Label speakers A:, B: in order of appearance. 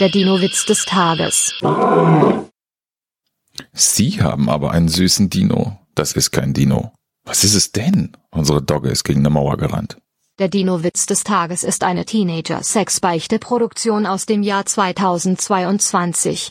A: Der Dino-Witz des Tages.
B: Sie haben aber einen süßen Dino. Das ist kein Dino. Was ist es denn? Unsere Dogge ist gegen eine Mauer gerannt.
A: Der Dino-Witz des Tages ist eine Teenager-Sex-Beichte-Produktion aus dem Jahr 2022.